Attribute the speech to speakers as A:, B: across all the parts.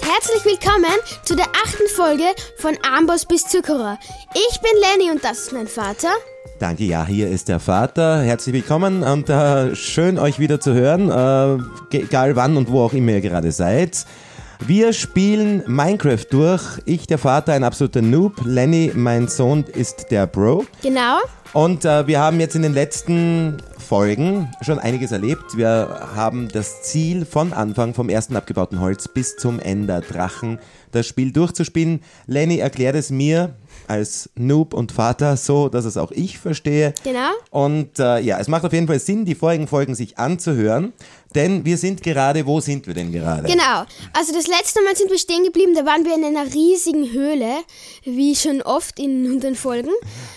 A: herzlich willkommen zu der achten Folge von Amboss bis Zuckerer. Ich bin Lenny und das ist mein Vater.
B: Danke, ja, hier ist der Vater. Herzlich willkommen und äh, schön euch wieder zu hören, äh, ge- egal wann und wo auch immer ihr gerade seid. Wir spielen Minecraft durch. Ich, der Vater, ein absoluter Noob. Lenny, mein Sohn, ist der Bro.
A: Genau.
B: Und äh, wir haben jetzt in den letzten Folgen schon einiges erlebt. Wir haben das Ziel von Anfang vom ersten abgebauten Holz bis zum Enderdrachen das Spiel durchzuspielen. Lenny erklärt es mir als Noob und Vater so, dass es auch ich verstehe.
A: Genau.
B: Und äh, ja, es macht auf jeden Fall Sinn, die vorigen Folgen sich anzuhören, denn wir sind gerade, wo sind wir denn gerade?
A: Genau. Also das letzte Mal sind wir stehen geblieben, da waren wir in einer riesigen Höhle, wie schon oft in unseren Folgen.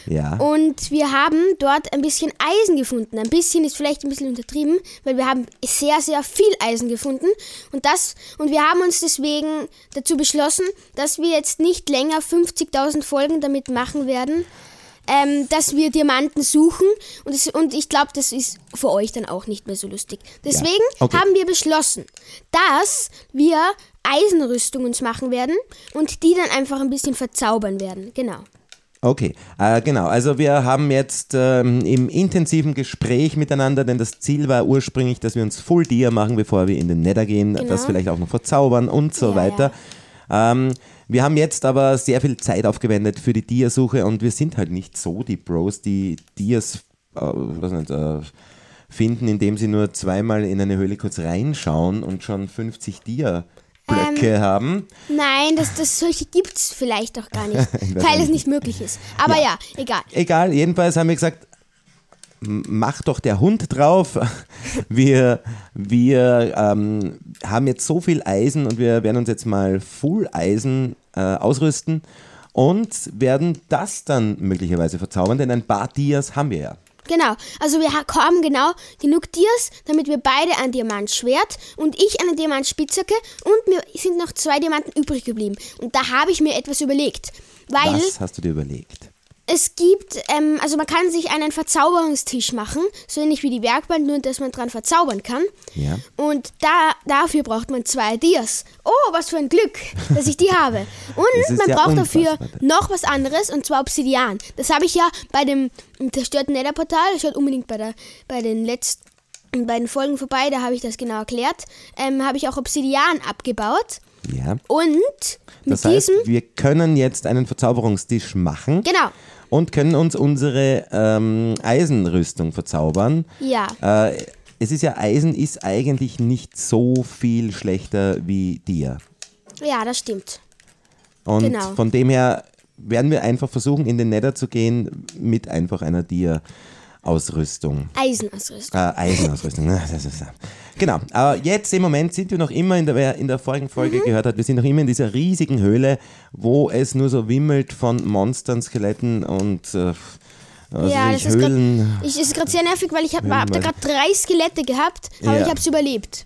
B: Ja.
A: Und wir haben dort ein bisschen Eisen gefunden. Ein bisschen ist vielleicht ein bisschen untertrieben, weil wir haben sehr, sehr viel Eisen gefunden. Und, das, und wir haben uns deswegen dazu beschlossen, dass wir jetzt nicht länger 50.000 Folgen damit machen werden, ähm, dass wir Diamanten suchen. Und, es, und ich glaube, das ist für euch dann auch nicht mehr so lustig. Deswegen
B: Okay.
A: haben wir beschlossen, dass wir Eisenrüstung uns machen werden und die dann einfach ein bisschen verzaubern werden. Genau.
B: Okay, äh, genau. Also wir haben jetzt ähm, im intensiven Gespräch miteinander, denn das Ziel war ursprünglich, dass wir uns Full Deer machen, bevor wir in den Nether gehen, das vielleicht auch noch verzaubern und so
A: Genau. Ja,
B: weiter. Ähm, wir haben jetzt aber sehr viel Zeit aufgewendet für die Diersuche und wir sind halt nicht so die Bros, die Diers äh, was nicht, äh, finden, indem sie nur zweimal in eine Höhle kurz reinschauen und schon 50 Dierblöcke
A: Ähm,
B: haben.
A: Nein, das, das solche gibt's vielleicht auch gar nicht,
B: weiß
A: weil
B: auch
A: es nicht möglich ist. Aber ja, egal.
B: egal, jedenfalls haben wir gesagt, m- mach doch der Hund drauf. Wir, wir ähm, haben jetzt so viel Eisen und wir werden uns jetzt mal Full Eisen äh, ausrüsten und werden das dann möglicherweise verzaubern, denn ein paar Dias haben wir ja.
A: Genau. Also wir ha- haben genau genug Tiers, damit wir beide ein Diamantschwert und ich eine Diamantspitzhacke und mir sind noch zwei Diamanten übrig geblieben. Und da habe ich mir etwas überlegt, weil
B: Was hast du dir überlegt?
A: es gibt, ähm, also man kann sich einen Verzauberungstisch machen, so ähnlich wie die Werkbank, nur dass man dran verzaubern kann.
B: Ja.
A: Und da, dafür braucht man zwei Dias. Oh, was für ein Glück, dass ich die habe.
B: Das
A: Und
B: ist
A: man
B: ja
A: braucht
B: unfassbar.
A: dafür noch was anderes, und zwar Obsidian. Das habe ich ja bei dem zerstörten Nether-Portal, schaut unbedingt bei, der, bei den letzten bei den Folgen vorbei, da habe ich das genau erklärt, ähm, habe ich auch Obsidian abgebaut.
B: Ja.
A: Und mit
B: Das heißt,
A: diesem,
B: wir können jetzt einen Verzauberungstisch machen.
A: genau,
B: und können uns unsere ähm, Eisenrüstung verzaubern.
A: Ja.
B: Äh, es ist ja, Eisen ist eigentlich nicht so viel schlechter wie dir.
A: ja, das stimmt.
B: Und
A: Genau.
B: von dem her werden wir einfach versuchen, in den Nether zu gehen mit einfach einer Dir-Ausrüstung.
A: Eisenausrüstung.
B: Äh, Eisenausrüstung, ne? das ist Genau, aber jetzt im Moment sind wir noch immer, in der, wer in der vorigen Folge
A: Mhm.
B: gehört hat, wir sind noch immer in dieser riesigen Höhle, wo es nur so wimmelt von Monstern, Skeletten und äh, was
A: ja,
B: weiß
A: das
B: ich,
A: ist
B: Höhlen.
A: grad, ich, ist gerade sehr nervig, weil ich habe hab da
B: Höhlenwald.
A: gerade drei Skelette gehabt, aber
B: Ja.
A: ich habe es überlebt.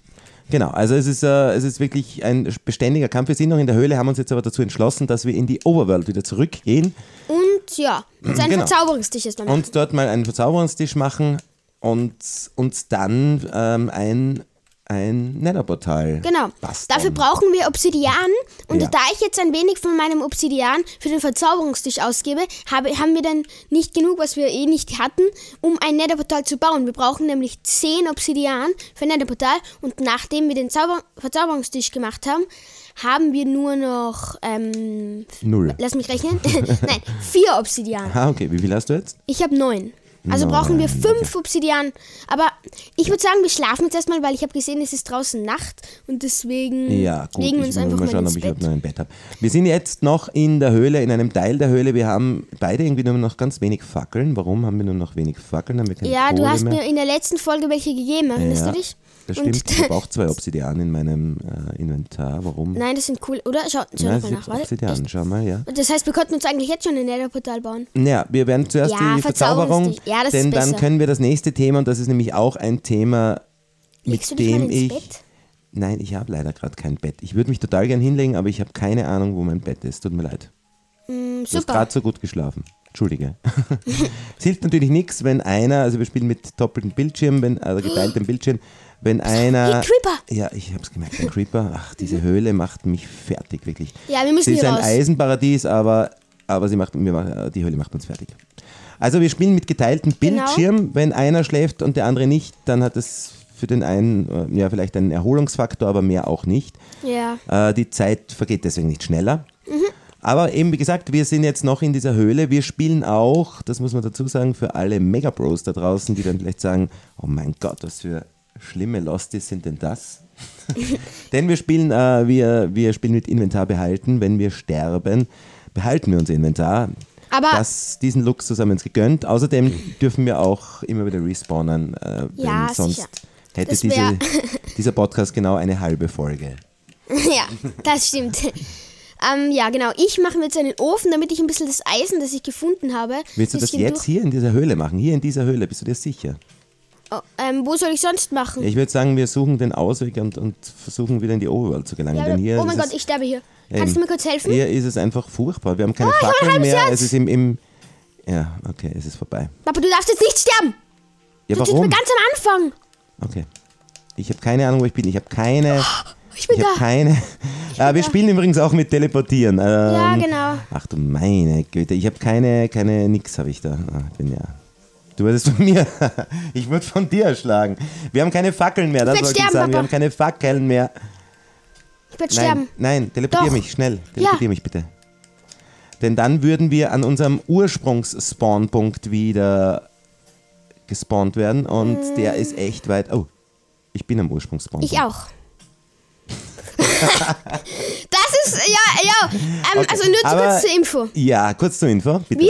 B: Genau, also es ist, äh, es ist wirklich ein beständiger Kampf. Wir sind noch in der Höhle, haben uns jetzt aber dazu entschlossen, dass wir in die Overworld wieder zurückgehen
A: Und ja, und sein
B: Genau.
A: Verzauberungstisch ist mein
B: und dort mal einen Verzauberungstisch machen und uns dann ähm, ein, ein Netherportal
A: Genau.
B: basteln.
A: Dafür brauchen wir Obsidian. Und
B: Ja.
A: da ich jetzt ein wenig von meinem Obsidian für den Verzauberungstisch ausgebe, habe, haben wir dann nicht genug, was wir eh nicht hatten, um ein Netherportal zu bauen. Wir brauchen nämlich 10 Obsidian für ein Netherportal. Und nachdem wir den Zauber Verzauberungstisch gemacht haben, haben wir nur noch, ähm,
B: Null.
A: lass mich rechnen, nein, 4 Obsidian.
B: Ah, okay, wie viel hast du jetzt?
A: Ich habe neun. Also brauchen wir fünf Obsidian. Aber ich würde sagen, wir schlafen jetzt erstmal, weil ich habe gesehen, es ist draußen Nacht und deswegen
B: Ja, gut,
A: Mhm. legen wir
B: ich
A: uns
B: muss
A: einfach
B: mal
A: mal,
B: schauen,
A: ins
B: ob ich
A: Bett.
B: noch ein Bett habe. Wir sind jetzt noch in der Höhle, in einem Teil der Höhle. Wir haben beide irgendwie nur noch ganz wenig Fackeln. Warum haben wir nur noch wenig Fackeln? Haben wir keine
A: Ja, du
B: Kohle
A: hast
B: mehr?
A: mir in der letzten Folge welche gegeben, erinnerst
B: Ja,
A: du dich?
B: Das
A: Und-
B: stimmt. Ich habe auch zwei Obsidian in meinem äh, Inventar. Warum?
A: Nein, das sind cool, oder? Schau, schau
B: Nein,
A: nochmal
B: ich
A: nach,
B: habe
A: warte.
B: Obsidian. Schau mal, ja.
A: Das heißt, wir könnten uns eigentlich jetzt schon ein Netherportal bauen.
B: Ja, wir werden zuerst
A: Ja,
B: die Verzauberung,
A: Verzauberungstisch. Ja, das ist
B: denn dann
A: besser.
B: können wir das nächste Thema, und das ist nämlich auch ein Thema,
A: Legst du
B: mit
A: dich mal
B: dem
A: ins
B: ich.
A: Bett?
B: Nein, ich habe leider gerade kein Bett. Ich würde mich total gern hinlegen, aber ich habe keine Ahnung, wo mein Bett ist. Tut mir leid.
A: Hm,
B: Du hast
A: super.
B: gerade so gut geschlafen. Entschuldige. es hilft natürlich nichts, wenn einer, also wir spielen mit doppeltem Bildschirm, wenn, also geteiltem Bildschirm, wenn einer.
A: Creeper! Mhm.
B: Ja, ich habe es gemerkt, ein Creeper. Ach, diese Höhle macht mich fertig, wirklich.
A: Ja, wir müssen
B: Sie ist
A: hier
B: ein
A: raus.
B: Eisenparadies, aber, aber sie macht, wir machen, die Höhle macht uns fertig. Also wir spielen mit geteiltem
A: Genau.
B: Bildschirm. Wenn einer schläft und der andere nicht, dann hat es für den einen äh, ja vielleicht einen Erholungsfaktor, aber mehr auch nicht.
A: Ja.
B: Äh, die Zeit vergeht deswegen nicht schneller. Aber eben, wie gesagt, wir sind jetzt noch in dieser Höhle. Wir spielen auch, das muss man dazu sagen, für alle Mega Bros da draußen, die dann vielleicht sagen: Oh mein Gott, was für schlimme Losties sind denn das? denn wir spielen, äh, wir, wir spielen mit Inventar behalten. Wenn wir sterben, behalten wir unser Inventar.
A: Aber-
B: das, diesen Luxus haben wir uns gegönnt. Außerdem dürfen wir auch immer wieder respawnen, äh, wenn
A: Ja,
B: sonst
A: sicher.
B: hätte
A: Das wär-
B: diese, dieser Podcast genau eine halbe Folge.
A: ja, das stimmt. Ähm, ja, genau. Ich mache mir jetzt einen Ofen, damit ich ein bisschen das Eisen, das ich gefunden habe,
B: Willst du das
A: bisschen
B: jetzt hier in dieser Höhle machen? Hier in dieser Höhle, bist du dir sicher?
A: Durch, oh, ähm, wo soll ich sonst machen?
B: Ich würde sagen, wir suchen den Ausweg und, und versuchen wieder in die Overworld zu gelangen.
A: Ja,
B: denn hier
A: oh mein
B: ist
A: Gott, ich sterbe hier.
B: es,
A: Kannst du
B: ähm,
A: mir kurz helfen?
B: Hier ist es einfach furchtbar. Wir haben keine
A: Oh, ich hab ein
B: Fackeln
A: halbes
B: mehr.
A: Herz.
B: Es ist im, im. Ja, okay, es ist vorbei.
A: Papa, du darfst jetzt nicht sterben.
B: Ja,
A: Du tust mir
B: warum?
A: ganz am Anfang.
B: Okay. Ich habe keine Ahnung, wo ich bin. Ich habe keine.
A: Oh. Ich bin
B: Ich habe
A: da.
B: keine. Äh, wir spielen übrigens auch mit Teleportieren. Ähm, ja,
A: genau.
B: Ach du meine Güte, ich habe keine, keine, nix habe ich da. Ah, ich bin ja. Du wurdest von mir. ich wurde von dir erschlagen. Wir haben keine Fackeln mehr. Das
A: werd
B: wollte ich
A: sterben,
B: sagen. Wir
A: Papa.
B: haben keine Fackeln mehr.
A: Ich werde
B: Nein,
A: sterben.
B: nein, teleportier
A: Doch.
B: mich, schnell. Teleportier mich bitte. Denn dann würden wir an unserem Ursprungs-Spawn-Punkt wieder gespawnt werden und der ist echt weit. Oh, ich bin am Ursprungs-Spawn-Punkt.
A: Äh. Ich auch. das ist, ja, ja. Ähm,
B: Okay,
A: Also nur zu
B: aber-
A: kurz zur Info.
B: Ja, kurz zur Info, bitte.
A: Wir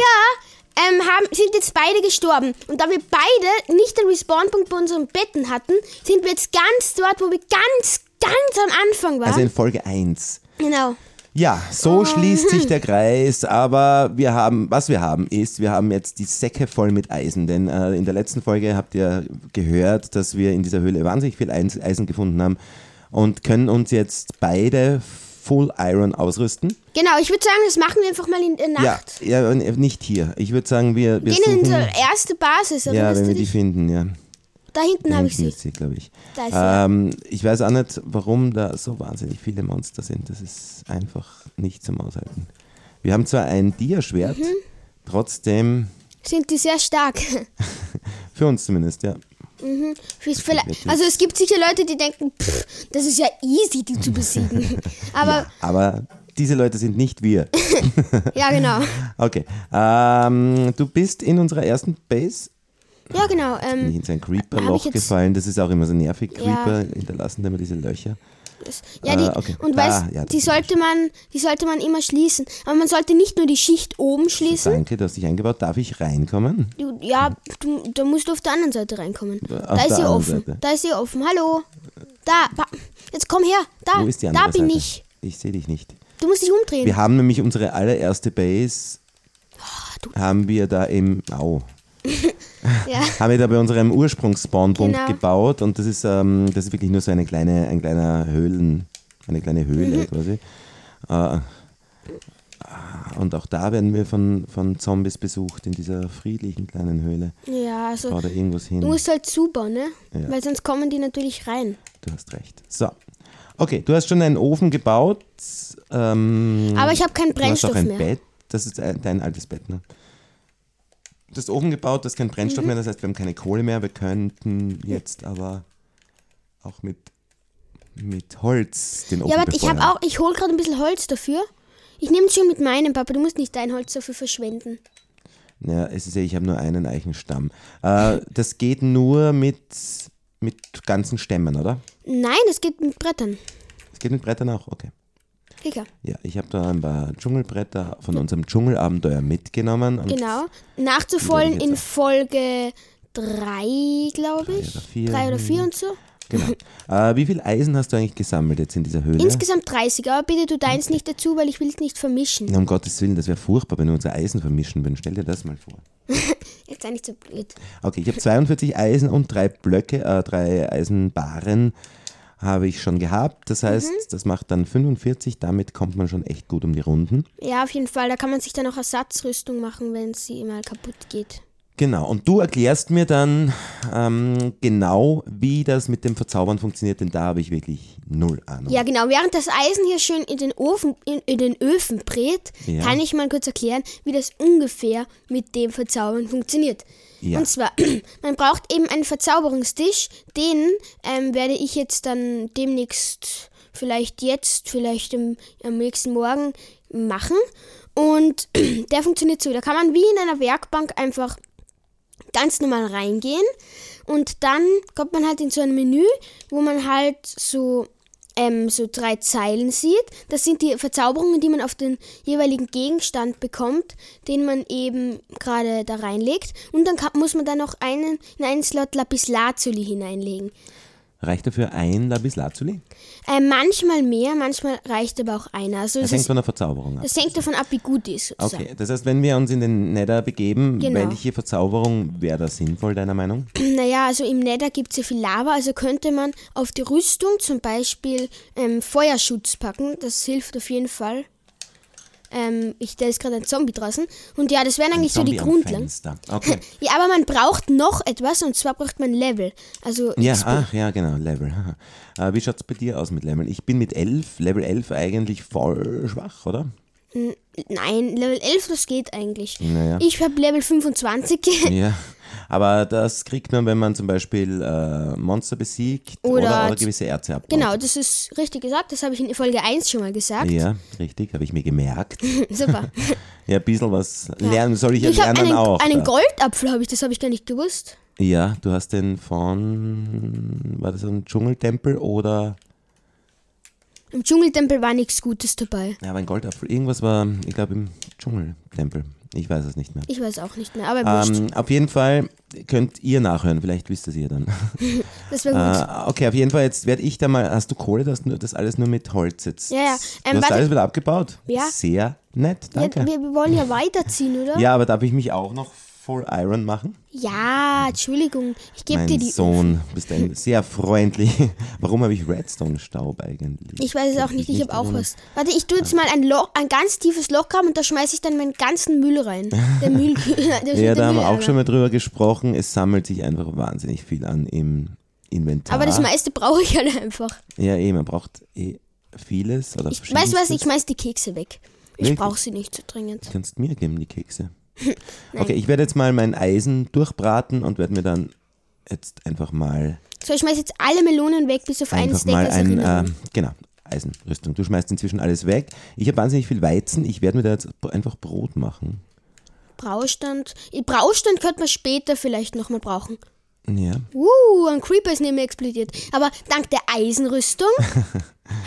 A: ähm, haben, sind jetzt beide gestorben. Und da wir beide nicht den Respawn-Punkt bei unseren Betten hatten, sind wir jetzt ganz dort, wo wir ganz, ganz am Anfang waren.
B: Also in Folge 1.
A: genau.
B: Ja, so
A: Oh.
B: schließt sich der Kreis, aber wir haben, was wir haben ist, wir haben jetzt die Säcke voll mit Eisen, denn äh, in der letzten Folge habt ihr gehört, dass wir in dieser Höhle wahnsinnig viel Eis- Eisen gefunden haben und können uns jetzt beide Full Iron ausrüsten.
A: Genau, ich würde sagen, das machen wir einfach mal in der Nacht.
B: Ja, ja, nicht hier. Ich würde sagen, wir, wir
A: Gehen in
B: suchen,
A: unsere erste Basis.
B: ja,
A: erinnerst
B: wenn
A: du
B: wir die
A: dich?
B: finden, ja.
A: Da hinten habe ich
B: Hinten
A: sie.
B: ist sie, glaube ich.
A: Da ist sie.
B: Ähm, ich weiß auch nicht, warum da so wahnsinnig viele Monster sind. Das ist einfach nicht zum Aushalten. Wir haben zwar ein Dia-Schwert,
A: Mhm.
B: trotzdem,
A: Sind die sehr stark.
B: für uns zumindest, ja.
A: Fürs Verle-
B: wirklich.
A: also es gibt sicher Leute, die denken, pff, das ist ja easy, die zu besiegen. Aber
B: Aber diese Leute sind nicht wir.
A: ja, genau.
B: Okay. Ähm, du bist in unserer ersten Base.
A: Ja, genau.
B: Bin ich
A: Ähm,
B: in sein
A: Hab ich
B: Creeper-Loch
A: jetzt-
B: gefallen. Das ist auch immer so nervig.
A: Ja. Hm?
B: Creeper hinterlassen immer diese Löcher.
A: das, ja, die,
B: Äh, okay.
A: Und
B: Da,
A: weißt,
B: ja, das
A: die,
B: ist
A: sollte man, die sollte man immer schließen. Aber man sollte nicht nur die Schicht oben schließen.
B: Danke, du hast dich eingebaut. Darf ich reinkommen?
A: Du, ja, du, da musst du auf der anderen Seite reinkommen. da
B: der
A: ist sie
B: anderen
A: offen.
B: Seite.
A: Da ist sie offen. Hallo. Da. pa- Jetzt komm her. Ah, Da.
B: Wo ist die andere
A: da bin
B: Seite?
A: ich.
B: Ich sehe dich nicht.
A: Du musst dich umdrehen.
B: Wir haben nämlich unsere allererste Base,
A: du-
B: haben wir da im, au,
A: Ja.
B: haben wir da bei unserem Ursprungsspawnpunkt
A: Genau.
B: gebaut und das ist, ähm, das ist wirklich nur so eine kleine, ein kleiner Höhlen, eine kleine Höhle
A: Mhm.
B: quasi. Äh, und auch da werden wir von, von Zombies besucht, in dieser friedlichen kleinen Höhle.
A: Ja, also
B: Bau da irgendwas hin.
A: du musst halt zubauen, ne?
B: Oh. Ja.
A: Weil sonst kommen die natürlich rein.
B: Du hast recht. So. Okay, du hast schon einen Ofen gebaut. Ähm,
A: Aber ich habe keinen
B: Du hast auch
A: Brennstoff
B: ein
A: mehr.
B: Bett. Das ist ein- dein altes Bett, ne? Du hast Ofen gebaut, du hast keinen Brennstoff
A: Mhm.
B: mehr, das heißt, wir haben keine Kohle mehr. Wir könnten jetzt aber auch mit, mit Holz den Ofen
A: Ja, warte, ich habe
B: befeuern.
A: auch, ich hole gerade ein bisschen Holz dafür. Ich nehme es schon mit meinem, Papa. Du musst nicht dein Holz dafür verschwenden.
B: Ja, es ist ja, ich habe nur einen Eichenstamm. Äh, das geht nur mit, mit ganzen Stämmen, oder?
A: Nein, das geht mit Brettern.
B: Es geht mit Brettern auch, okay.
A: Kicker.
B: Ja, ich habe da ein paar Dschungelbretter von unserem Dschungelabenteuer mitgenommen. Und
A: Hm. Genau.
B: Und
A: Nachzufolgen
B: dann
A: in
B: geht's
A: Folge 3, glaube ich.
B: oder vier. hm.
A: 3 oder 4 und so.
B: Genau. Äh, wie viel Eisen hast du eigentlich gesammelt jetzt in dieser Höhle?
A: Insgesamt 30, aber bitte du deins nicht dazu, weil ich will es nicht vermischen.
B: Na, um Gottes Willen, das wäre furchtbar, wenn wir unser Eisen vermischen würden. Stell dir das mal vor.
A: Jetzt sei nicht so blöd.
B: Okay, ich habe 42 Eisen und drei Blöcke, äh, drei Eisenbaren. habe ich schon gehabt. Das heißt,
A: Mhm.
B: das macht dann 45. Damit kommt man schon echt gut um die Runden.
A: Ja, auf jeden Fall. Da kann man sich dann auch Ersatzrüstung machen, wenn sie mal kaputt geht.
B: Genau. Und du erklärst mir dann ähm, genau, wie das mit dem Verzaubern funktioniert, denn da habe ich wirklich null Ahnung.
A: Ja, genau. Während das Eisen hier schön in den, Ofen, in, in den Öfen brät,
B: Ja.
A: kann ich mal kurz erklären, wie das ungefähr mit dem Verzaubern funktioniert.
B: Ja.
A: Und zwar, man braucht eben einen Verzauberungstisch. Den ähm, werde ich jetzt dann demnächst, vielleicht jetzt, vielleicht im, am nächsten Morgen machen. Und der funktioniert so. Da kann man wie in einer Werkbank einfach ganz normal reingehen und dann kommt man halt in so ein Menü, wo man halt so ähm, so drei Zeilen sieht. Das sind die Verzauberungen, die man auf den jeweiligen Gegenstand bekommt, den man eben gerade da reinlegt. Und dann kann, muss man dann noch einen in einen Slot Lapislazuli hineinlegen.
B: Reicht dafür ein Lapislazuli?
A: Ähm, manchmal mehr, manchmal reicht aber auch einer. Also
B: Das
A: es
B: hängt
A: ist,
B: von der Verzauberung ab.
A: das hängt davon ab, wie gut die ist. Sozusagen.
B: Okay, das heißt, wenn wir uns in den Nether begeben,
A: Genau.
B: welche Verzauberung wäre da sinnvoll, deiner Meinung?
A: Naja, also im Nether gibt es ja viel Lava, also könnte man auf die Rüstung zum Beispiel ähm, Feuerschutz packen. Das hilft auf jeden Fall. Ähm, ich, da ist gerade ein Zombie draußen. Und ja, das wären eigentlich so die
B: Zombie am
A: Grundlagen.
B: Fenster. Okay.
A: Ja, aber man braucht noch etwas und zwar braucht man Level. Also
B: Ja,
A: XP.
B: ach, ja, genau, Level. Haha. Äh, wie schaut's bei dir aus mit Level? Ich bin mit 11, Level 11 eigentlich voll schwach, oder?
A: nein, Level 11, das geht eigentlich.
B: Naja.
A: Ich habe Level 25
B: Ja. Aber das kriegt man, wenn man zum Beispiel äh, Monster besiegt
A: Oder
B: oder, oder
A: z-
B: gewisse Erze abbaut.
A: genau, das ist richtig gesagt. Das habe ich in Folge 1 schon mal gesagt.
B: Ja, richtig, habe ich mir gemerkt.
A: Super.
B: Ja, ein bisschen was lernen soll ich ja
A: Ich habe
B: lernen
A: einen,
B: auch.
A: einen
B: da.
A: Goldapfel, habe ich, das habe ich gar nicht gewusst.
B: Ja, du hast den von, war das ein Dschungeltempel oder,
A: Im Dschungeltempel war nichts Gutes dabei.
B: ja, war ein Goldapfel, irgendwas war, ich glaube im Dschungeltempel, ich weiß es nicht mehr.
A: Ich weiß auch nicht mehr, aber wurscht.
B: Ähm, auf jeden Fall könnt ihr nachhören, vielleicht wisst es ihr dann.
A: Das wäre gut.
B: Äh, okay, auf jeden Fall, jetzt werde ich da mal, hast du Kohle, das, das alles nur mit Holz jetzt.
A: Ja, ja, ähm,
B: du hast
A: warte.
B: alles wieder abgebaut?
A: Ja.
B: Sehr nett, danke.
A: ja, wir, wir wollen ja weiterziehen, oder?
B: ja, aber darf ich mich auch noch Full Iron machen?
A: Ja, Entschuldigung. Ich gebe
B: mein
A: dir die.
B: Sohn, bist ein sehr freundlich. Warum habe ich Redstone-Staub eigentlich?
A: Ich weiß es auch nicht, ich habe auch
B: erinnern.
A: was. Warte, ich tue jetzt mal ein Loch, ein ganz tiefes Loch graben und da schmeiße ich dann meinen ganzen Müll rein. Der Müll. der
B: Ja, da haben wir
A: Mülleimer.
B: auch schon mal drüber gesprochen. Es sammelt sich einfach wahnsinnig viel an im Inventar.
A: Aber das meiste brauche ich halt einfach.
B: ja, eh, man braucht eh vieles oder
A: Ich, weißt du was? Ich schmeiß die Kekse weg. Ich
B: Wirklich?
A: brauche sie nicht so dringend.
B: Du kannst mir geben, die Kekse. okay, ich werde jetzt mal mein Eisen durchbraten und werde mir dann jetzt einfach mal
A: So, ich schmeiß jetzt alle Melonen weg, bis auf einen
B: einfach
A: Steak
B: mal
A: als
B: ein,
A: Erinnerung.
B: ähm, genau, Eisenrüstung. Du schmeißt inzwischen alles weg. Ich habe wahnsinnig viel Weizen. Ich werde mir da jetzt einfach Brot machen.
A: Braustand. Braustand könnte man später vielleicht nochmal brauchen.
B: Ja.
A: Uh, ein Creeper ist neben mir explodiert. Aber dank der Eisenrüstung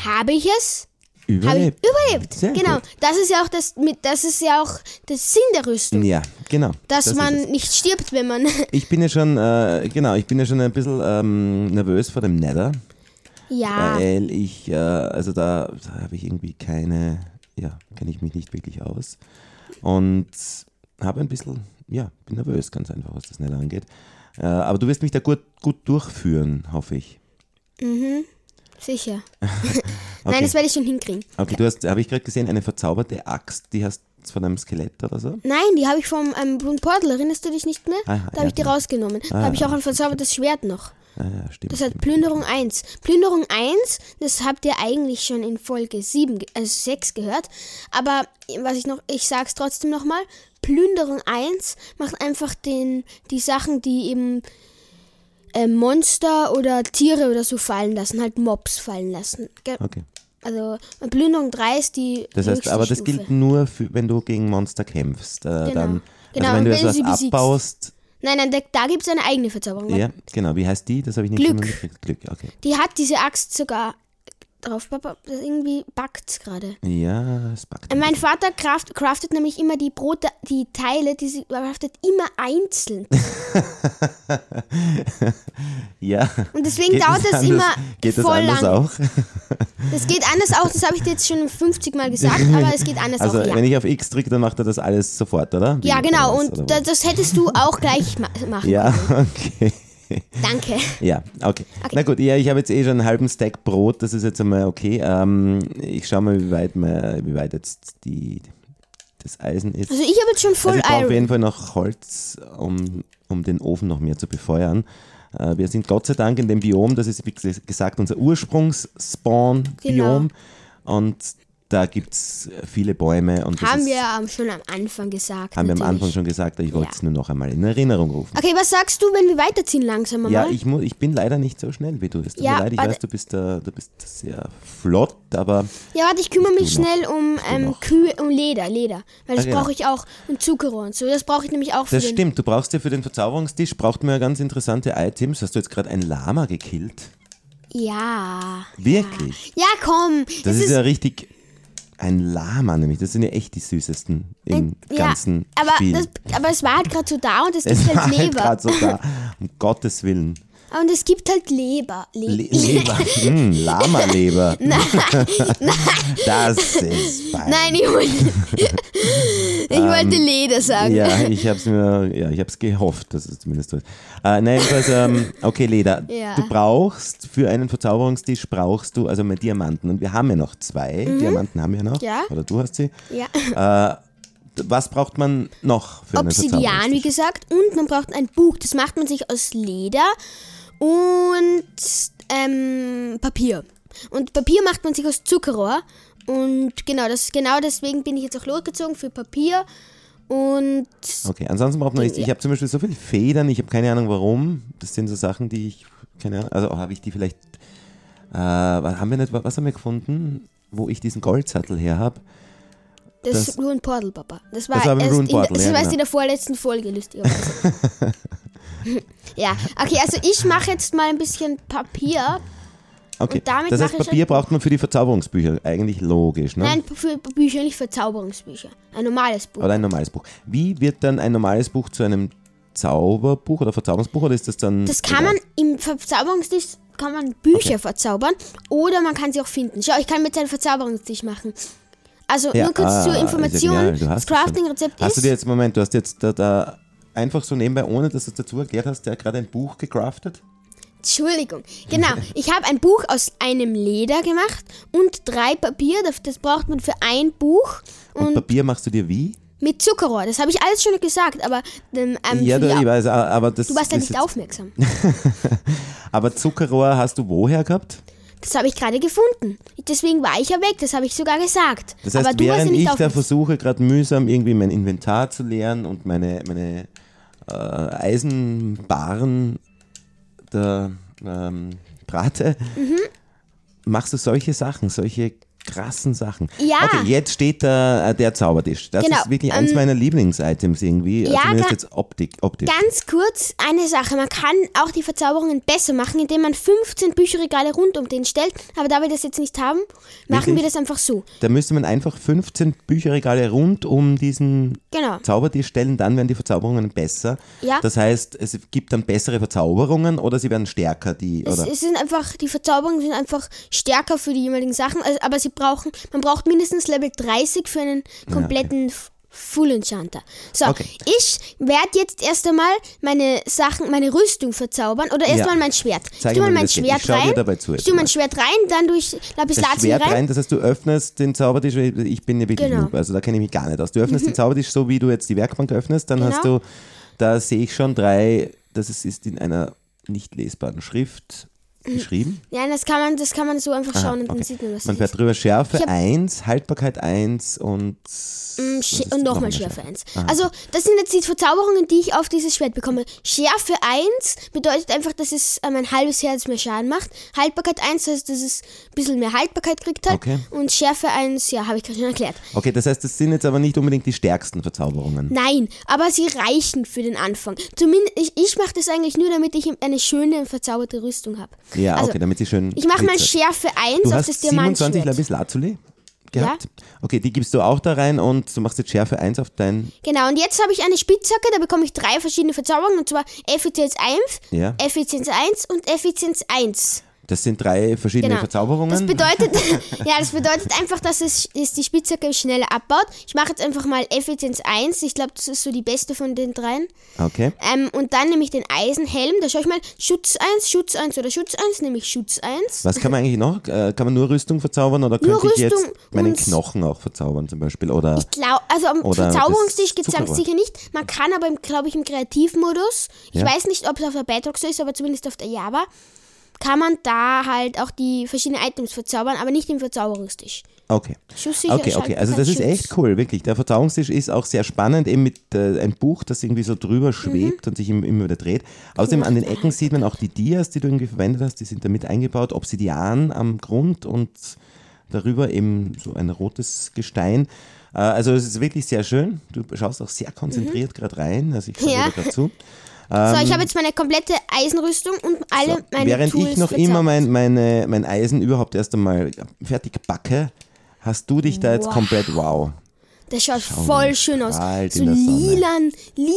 A: habe ich es. Habe ich
B: Überlebt.
A: überlebt.
B: Sehr
A: genau.
B: gut.
A: Das ist ja auch das mit das ist ja auch der Sinn der Rüstung.
B: Ja, genau.
A: Dass
B: das ist es.
A: man nicht stirbt, wenn man.
B: Ich bin ja schon, äh, genau, ich bin ja schon ein bisschen ähm, nervös vor dem Nether,
A: ja.
B: weil ich, äh, also da, da habe ich irgendwie keine, ja, kenne ich mich nicht wirklich aus und habe ein bisschen, ja, bin nervös, ganz einfach, was das Nether angeht. Äh, aber du wirst mich da gut, gut durchführen, hoffe ich.
A: Sicher.
B: Okay.
A: Nein, das werde ich schon hinkriegen.
B: Okay, du hast, habe ich gerade gesehen, eine verzauberte Axt, die hast du von einem Skelett oder so?
A: Nein, die habe ich vom ähm, vom Portal. Erinnerst du dich nicht mehr?
B: Ah,
A: da
B: ja,
A: habe ich die
B: genau.
A: rausgenommen. Da
B: Ah,
A: habe ich auch
B: ja.
A: ein verzaubertes Schwert noch.
B: Ah, ja, stimmt.
A: Das heißt
B: stimmt.
A: Plünderung 1. Plünderung 1, das habt ihr eigentlich schon in Folge 7, ge- also 6 gehört. Aber was ich noch, ich sag's trotzdem nochmal. Plünderung 1 macht einfach den, die Sachen, die eben äh, Monster oder Tiere oder so fallen lassen, halt Mobs fallen lassen. Ge-
B: Okay.
A: Also Plünderung 3 ist die.
B: Das heißt,
A: höchste
B: aber das
A: Stufe.
B: gilt nur, für, wenn du gegen Monster kämpfst. Äh,
A: Genau.
B: Dann,
A: Genau,
B: also wenn
A: und
B: du
A: wenn du sie
B: etwas
A: besiegst.
B: abbaust,
A: Nein, nein, da, da gibt's eine eigene Verzauberung.
B: Ja, genau. Wie heißt die? Das habe ich nicht
A: Glück.
B: schon mal mitgekriegt. Glück, okay.
A: Die hat diese Axt sogar drauf. Papa, das irgendwie backt's gerade.
B: Ja, es packt.
A: Mein Vater craft, craftet nämlich immer die Brote, die Teile, die sie craftet, immer einzeln.
B: ja.
A: Und deswegen dauert das
B: anders?
A: immer
B: Geht das
A: voll
B: anders
A: lang.
B: auch?
A: Das geht anders auch, das habe ich dir jetzt schon 50 Mal gesagt, aber es geht anders
B: Also,
A: auch. Ja.
B: wenn ich auf X drücke, dann macht er das alles sofort, oder? Wie
A: ja,
B: macht er
A: genau,
B: das,
A: und
B: oder
A: das,
B: was?
A: das hättest du auch gleich ma machen.
B: Ja, okay.
A: Danke.
B: Ja, okay. Na gut, ja, ich habe jetzt eh schon einen halben Stack Brot, das ist jetzt einmal okay. Ähm, ich schaue mal, wie weit, mal, wie weit jetzt die, das Eisen ist.
A: Also ich habe jetzt schon
B: Also
A: voll
B: ich brauche auf
A: Iron.
B: jeden Fall noch Holz, um, um den Ofen noch mehr zu befeuern. Äh, wir sind Gott sei Dank in dem Biom, das ist wie ges- gesagt unser
A: Genau.
B: Ursprungsspawn-Biom. Und da gibt es viele Bäume und das
A: Haben
B: ist,
A: wir ähm, schon am Anfang gesagt.
B: haben wir am
A: natürlich.
B: Anfang schon gesagt, ich wollte
A: Ja.
B: es nur noch einmal in Erinnerung rufen.
A: Okay, was sagst du, wenn wir weiterziehen langsam einmal?
B: Ja, ich, mu- ich bin leider nicht so schnell wie du. Es tut
A: Ja,
B: mir leid, ich
A: warte.
B: weiß, du bist, äh, du bist sehr flott, aber
A: Ja, warte, ich kümmere mich
B: noch.
A: schnell um ähm,
B: noch.
A: Kühe, um Leder, Leder. Weil das
B: Ah, genau.
A: brauche ich auch. Und Zuckerrohr und so. Das brauche ich nämlich auch für
B: das
A: den.
B: stimmt. Du brauchst ja für den Verzauberungstisch, braucht man ja ganz interessante Items. Hast du jetzt gerade ein Lama gekillt?
A: Ja.
B: Wirklich?
A: Ja, komm.
B: Das,
A: Das,
B: ist,
A: ist,
B: ja richtig ein Lama nämlich. Das sind ja echt die süßesten im ganzen
A: ja, aber
B: Spiel.
A: Das, aber es war halt gerade so da und es gibt
B: es war
A: halt
B: halt
A: Leber.
B: gerade so da. Um Gottes Willen.
A: und es gibt halt Leber. Le
B: Le Leber. Hm, Lama-Leber. Das ist fein.
A: Nein, ich wollte, ich wollte Leder sagen.
B: Ähm, Ja, ich hab's mir, ja, ich hab's gehofft, dass es zumindest so ist. Äh, nein, jedenfalls, ähm, okay, Leda,
A: Ja.
B: du brauchst für einen Verzauberungstisch brauchst du also mit Diamanten und wir haben ja noch zwei Diamanten haben wir noch.
A: Mhm. Ja.
B: Oder du hast sie.
A: Ja.
B: D- Was braucht man noch für einen
A: Obsidian, wie
B: Verzauberungstisch?
A: gesagt. Und man braucht ein Buch. Das macht man sich aus Leder und ähm, Papier. Und Papier macht man sich aus Zuckerrohr. Und genau, das, genau deswegen bin ich jetzt auch losgezogen für Papier. Und
B: Okay, ansonsten braucht man nichts. Ich habe zum Beispiel so viele Federn, ich habe keine Ahnung warum. Das sind so Sachen, die ich, keine Ahnung, also habe ich die vielleicht, äh, was haben wir nicht, was haben wir gefunden, wo ich diesen Goldsattel her habe?
A: das,
B: Das-
A: Rune Portal, Papa. Das war,
B: Das war beim
A: erst
B: Rune
A: in, der-
B: Portal,
A: das
B: ja,
A: war erst
B: genau.
A: in der vorletzten Folge, lustigerweise. ja, okay, also ich mache jetzt mal ein bisschen Papier.
B: Okay.
A: Und damit
B: das heißt,
A: mache ich
B: Papier
A: ein
B: braucht man für die Verzauberungsbücher. Eigentlich logisch, ne?
A: Nein, für Bücher, nicht Verzauberungsbücher. Ein normales Buch.
B: Oder ein normales Buch. Wie wird dann ein normales Buch zu einem Zauberbuch oder Verzauberungsbuch? Oder ist das dann.
A: Das kann man im Verzauberungstisch kann man Bücher verzaubern oder man kann sie auch finden. Schau, ich kann mit einem Verzauberungstisch machen. Also
B: Ja,
A: nur kurz
B: ah,
A: zur
B: ist ja genial,
A: Information.
B: du hast
A: das
B: es schon.
A: Crafting-Rezept
B: Hast du
A: ist.
B: dir jetzt, Moment, du hast jetzt da, da einfach so nebenbei, ohne dass du es dazu erklärt hast, der gerade ein Buch gecraftet?
A: Entschuldigung. Genau. Ich habe ein Buch aus einem Leder gemacht und drei Papier. Das, das braucht man für ein Buch.
B: Und,
A: Und
B: Papier machst du dir wie?
A: mit Zuckerrohr. Das habe ich alles schon gesagt, aber ähm, ähm,
B: Ja,
A: für
B: du,
A: die-
B: ich weiß, a- aber das.
A: du warst ja
B: das
A: nicht
B: jetzt-
A: aufmerksam.
B: Aber Zuckerrohr hast du woher gehabt?
A: Das habe ich gerade gefunden. Deswegen war ich ja weg. Das habe ich sogar gesagt.
B: Das heißt,
A: aber du warst ja
B: während
A: nicht
B: ich da
A: aufmerksam.
B: versuche, gerade mühsam irgendwie mein Inventar zu leeren und meine, meine äh, Eisenbarren der ähm, Brate,
A: Mhm.
B: machst du solche Sachen, solche krassen Sachen.
A: Ja.
B: Okay, jetzt steht da äh, der Zaubertisch. Das
A: Genau,
B: ist wirklich eins meiner Lieblings-Items irgendwie. äh,
A: ja,
B: Zumindest
A: ga-
B: jetzt Optik, optisch.
A: Ganz kurz eine Sache. Man kann auch die Verzauberungen besser machen, indem man 15 Bücherregale rund um den stellt. Aber da wir das jetzt nicht haben, machen
B: Wirklich?
A: wir das einfach so.
B: Da müsste man einfach 15 Bücherregale rund um diesen
A: Genau.
B: Zaubertisch stellen, dann werden die Verzauberungen besser.
A: Ja.
B: Das heißt, es gibt dann bessere Verzauberungen oder sie werden stärker, die
A: Es,
B: oder
A: es sind einfach, die Verzauberungen sind einfach stärker für die jeweiligen Sachen. Also, aber sie brauchen, man braucht mindestens Level 30 für einen kompletten F- Full Enchanter. So,
B: Okay.
A: ich werde jetzt erst einmal meine Sachen, meine Rüstung verzaubern oder erstmal mein Schwert.
B: Zeig
A: ich tue
B: mir
A: mal
B: mal, wie
A: mein
B: das geht. Ich
A: Schwert
B: schau dir
A: rein.
B: dabei zu
A: ich
B: jetzt
A: tue
B: mal.
A: mein Schwert rein, dann durch
B: das
A: Lapislazuli
B: Schwert
A: rein.
B: rein, das heißt, du öffnest den Zaubertisch, ich bin ja wirklich
A: Genau. Mhm.
B: noob, also da kenne ich mich gar nicht aus. Du öffnest den Zaubertisch so, wie du jetzt die Werkbank öffnest, dann hast
A: Genau.
B: du, da sehe ich schon drei, das ist, ist in einer nicht lesbaren Schrift geschrieben.
A: Nein, das kann man, das kann man so einfach
B: Aha,
A: schauen und
B: okay.
A: dann Mhm. sieht man, was
B: Man
A: das ist.
B: fährt drüber Schärfe
A: Ich hab-
B: 1, Haltbarkeit 1 und,
A: Mm,
B: was
A: Schä-
B: ist-
A: Und nochmal
B: nochmal
A: Schärfe 1.
B: Ah.
A: Also, das sind jetzt die Verzauberungen, die ich auf dieses Schwert bekomme. Schärfe 1 bedeutet einfach, dass es ähm, ein halbes Herz mehr Schaden macht. Haltbarkeit 1 heißt, dass es ein bisschen mehr Haltbarkeit kriegt halt.
B: Okay.
A: Und Schärfe 1, ja, habe ich gerade schon erklärt.
B: Okay, das heißt, das sind jetzt aber nicht unbedingt die stärksten Verzauberungen.
A: Nein, aber sie reichen für den Anfang. Zumindest, ich, ich mache das eigentlich nur, damit ich eine schöne, verzauberte Rüstung habe.
B: Ja,
A: also,
B: okay, damit sie schön
A: Ich mache mal
B: glitzert.
A: Schärfe 1
B: Du
A: auf
B: hast
A: das
B: 27
A: Diamantschwert.
B: Lapislazuli gehabt. Okay, die gibst du auch da rein und du machst jetzt Schärfe 1 auf dein.
A: Genau, und jetzt habe ich eine Spitzhacke, da bekomme ich drei verschiedene Verzauberungen, und zwar Effizienz 1,
B: Ja.
A: Effizienz 1 und Effizienz 1.
B: Das sind drei verschiedene
A: Genau.
B: Verzauberungen.
A: Das bedeutet, ja, das bedeutet einfach, dass es, es die Spitzhacke schneller abbaut. Ich mache jetzt einfach mal Effizienz 1. Ich glaube, das ist so die beste von den dreien.
B: okay.
A: Ähm, und dann nehme ich den Eisenhelm. Da schaue ich mal Schutz 1, Schutz 1 oder Schutz 1, nehme ich Schutz 1.
B: Was kann man eigentlich noch? Äh, Kann man nur Rüstung verzaubern oder
A: Nur
B: könnte ich jetzt
A: Rüstung
B: meinen
A: und-
B: Knochen auch verzaubern zum Beispiel? Oder
A: Glau also am
B: Oder das
A: Verzauberungstisch gibt es
B: Zuckerrohr.
A: sicher nicht. Man kann aber, glaube ich, im Kreativmodus, ich
B: Ja.
A: weiß nicht, ob es auf der Bedrock so ist, aber zumindest auf der Java, kann man da halt auch die verschiedenen Items verzaubern, aber nicht im Verzauberungstisch.
B: okay.
A: Schusssicher
B: Okay, okay. Also das ist echt cool, wirklich. Der Verzauberungstisch ist auch sehr spannend, eben mit äh, ein Buch, das irgendwie so
A: Mhm.
B: drüber schwebt und sich im- immer wieder dreht. Außerdem an den Ecken sieht man auch die Dias, die du irgendwie verwendet hast, die sind da mit eingebaut, Obsidian am Grund und darüber eben so ein rotes Gestein. Äh, also es ist wirklich sehr schön. Du schaust auch sehr konzentriert gerade rein. Also ich schaue
A: Mhm. Ja.
B: dir gerade zu.
A: So, ich habe jetzt meine komplette Eisenrüstung und alle
B: ähm, So,
A: Also meine
B: Während
A: Tools
B: ich noch
A: verzaubert.
B: immer mein, meine, mein Eisen überhaupt erst einmal fertig backe, hast du dich da jetzt
A: Wow.
B: komplett wow.
A: Das schaut voll schön aus.
B: strahlt
A: So
B: in der Sonne.
A: lilan, lila,